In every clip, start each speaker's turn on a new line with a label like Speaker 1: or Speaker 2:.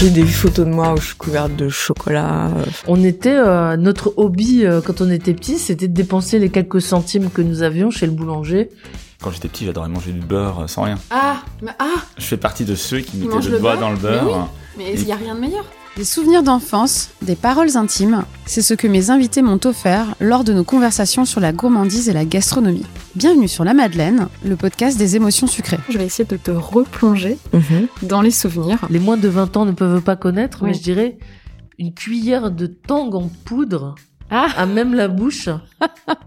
Speaker 1: J'ai des photos de moi où je suis couverte de chocolat.
Speaker 2: On était euh, notre hobby euh, quand on était petit, c'était de dépenser les quelques centimes que nous avions chez le boulanger.
Speaker 3: Quand j'étais petit, j'adorais manger du beurre euh, sans rien.
Speaker 4: Ah, mais, ah,
Speaker 3: Je fais partie de ceux qui mettaient
Speaker 4: manges
Speaker 3: le,
Speaker 4: le
Speaker 3: doigt
Speaker 4: beurre
Speaker 3: dans le beurre.
Speaker 4: mais il n'y a rien de meilleur.
Speaker 5: Des souvenirs d'enfance, des paroles intimes, c'est ce que mes invités m'ont offert lors de nos conversations sur la gourmandise et la gastronomie. Bienvenue sur La Madeleine, le podcast des émotions sucrées.
Speaker 4: Je vais essayer de te replonger
Speaker 1: Mhm.
Speaker 4: dans les souvenirs.
Speaker 2: Les moins de 20 ans ne peuvent pas connaître, mais
Speaker 4: Oui.
Speaker 2: je dirais une cuillère de tang en poudre
Speaker 4: Ah.
Speaker 2: à même la bouche.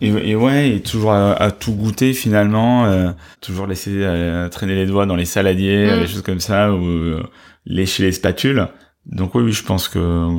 Speaker 3: Et, et ouais, et toujours à, à tout goûter finalement, euh, toujours laisser euh, traîner les doigts dans les saladiers,
Speaker 2: Mm.
Speaker 3: les choses comme ça, ou euh, lécher les spatules. Donc oui, oui, je pense que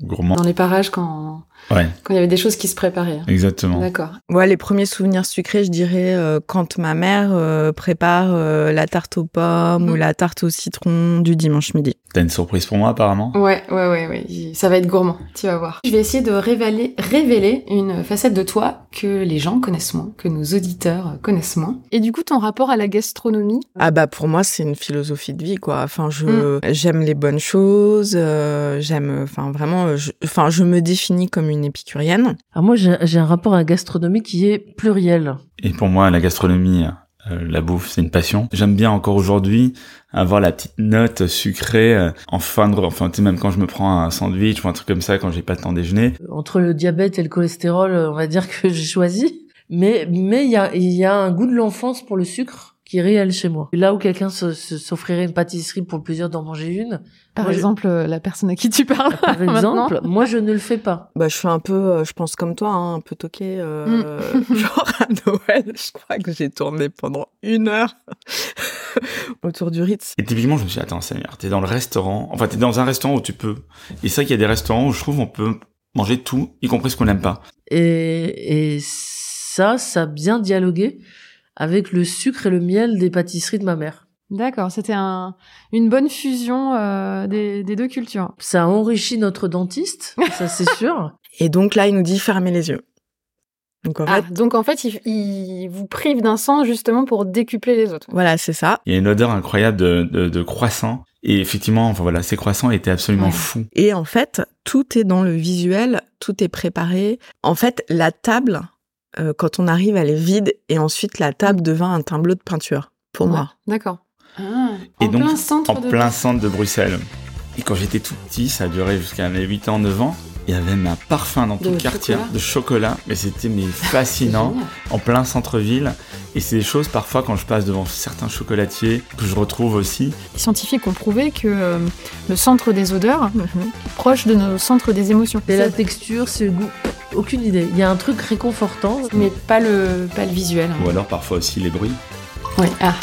Speaker 3: gourmand.
Speaker 4: Dans les parages quand
Speaker 3: Ouais,
Speaker 4: quand il y avait des choses qui se préparaient. hein.
Speaker 3: exactement.
Speaker 4: D'accord.
Speaker 1: Ouais, les premiers souvenirs sucrés, je dirais euh, quand ma mère euh, prépare euh, la tarte aux pommes
Speaker 4: Mhm.
Speaker 1: ou la tarte au citron du dimanche midi.
Speaker 3: T'as une surprise pour moi apparemment.
Speaker 4: Ouais, ouais, ouais, ouais. Ça va être gourmand, tu vas voir. Je vais essayer de révéler, révéler une facette de toi que les gens connaissent moins, que nos auditeurs connaissent moins. Et du coup, ton rapport à la gastronomie
Speaker 1: Ah bah pour moi c'est une philosophie de vie quoi. Enfin je j'aime les bonnes choses, euh, j'aime enfin vraiment euh, je, enfin je me définis comme une épicurienne.
Speaker 2: Alors moi, j'ai j'ai un rapport à la gastronomie qui est pluriel.
Speaker 3: Et pour moi, la gastronomie, euh, la bouffe, c'est une passion. J'aime bien encore aujourd'hui avoir la petite note sucrée euh, en fin de... Enfin, tu sais, même quand je me prends un sandwich ou un truc comme ça, quand j'ai pas le temps de déjeuner.
Speaker 2: Entre le diabète et le cholestérol, euh, on va dire que j'ai choisi. Mais mais il y a, il y a un goût de l'enfance pour le sucre qui est réel chez moi. Là où quelqu'un se- se- s'offrirait une pâtisserie pour le plaisir d'en manger une,
Speaker 4: Par
Speaker 2: Moi, je-
Speaker 4: exemple, euh, la personne à qui tu parles.
Speaker 2: par
Speaker 4: Maintenant.
Speaker 2: exemple, moi je ne le fais pas.
Speaker 1: Bah je suis un peu euh, je pense comme toi hein, un peu toquée euh, genre à Noël, je crois que j'ai tourné pendant une heure autour du Ritz.
Speaker 3: Et typiquement, je me suis dit, attends, Seigneur, t'es dans le restaurant. Enfin, t'es dans un restaurant où tu peux. Et c'est vrai qu'il y a des restaurants où je trouve on peut manger tout, y compris ce qu'on n'aime pas.
Speaker 2: Et, et ça, ça a bien dialogué avec le sucre et le miel des pâtisseries de ma mère.
Speaker 4: D'accord, c'était un, une bonne fusion euh, des, des deux cultures.
Speaker 2: Ça a enrichi notre dentiste, ça c'est sûr.
Speaker 1: Et donc là il nous dit fermez les yeux. Donc en fait
Speaker 4: Ah, donc en fait, ils vous privent d'un sens justement pour décupler les autres.
Speaker 1: voilà, c'est ça.
Speaker 3: Il y a une odeur incroyable de, de, de croissant. Et effectivement, enfin voilà, ces croissants étaient absolument
Speaker 4: Ouais.
Speaker 3: fous.
Speaker 1: Et en fait, tout est dans le visuel, tout est préparé. En fait, la table, euh, quand on arrive, elle est vide et ensuite la table devint un tableau de peinture pour moi.
Speaker 4: D'accord.
Speaker 3: Et
Speaker 4: Ah, en
Speaker 3: donc,
Speaker 4: plein centre
Speaker 3: en
Speaker 4: de
Speaker 3: plein centre de Bruxelles. Et quand j'étais tout petit, ça a duré jusqu'à mes 8 ans, 9 ans, il y avait même un parfum dans tout
Speaker 4: De
Speaker 3: le quartier
Speaker 4: chocolat.
Speaker 3: de chocolat. Mais c'était mais fascinant, en plein centre-ville. Et c'est des choses, parfois, quand je passe devant certains chocolatiers, que je retrouve aussi.
Speaker 4: Les scientifiques ont prouvé que euh, le centre des odeurs est proche de nos centres des émotions.
Speaker 2: Et la texture, c'est le goût. Aucune idée. Il y a un truc réconfortant.
Speaker 4: Mais pas le, pas le visuel. hein.
Speaker 3: Ou alors, parfois aussi, les bruits.
Speaker 4: Ouais. Ah,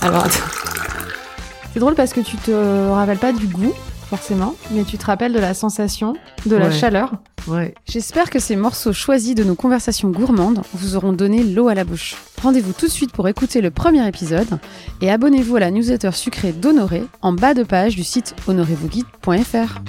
Speaker 4: alors attends.
Speaker 6: C'est drôle parce que tu te rappelles pas du goût, forcément, mais tu te rappelles de la sensation, de la
Speaker 2: Ouais.
Speaker 6: chaleur.
Speaker 2: Ouais.
Speaker 5: J'espère que ces morceaux choisis de nos conversations gourmandes vous auront donné l'eau à la bouche. Rendez-vous tout de suite pour écouter le premier épisode et abonnez-vous à la newsletter sucrée d'Honoré en bas de page du site honorezvousguide.fr.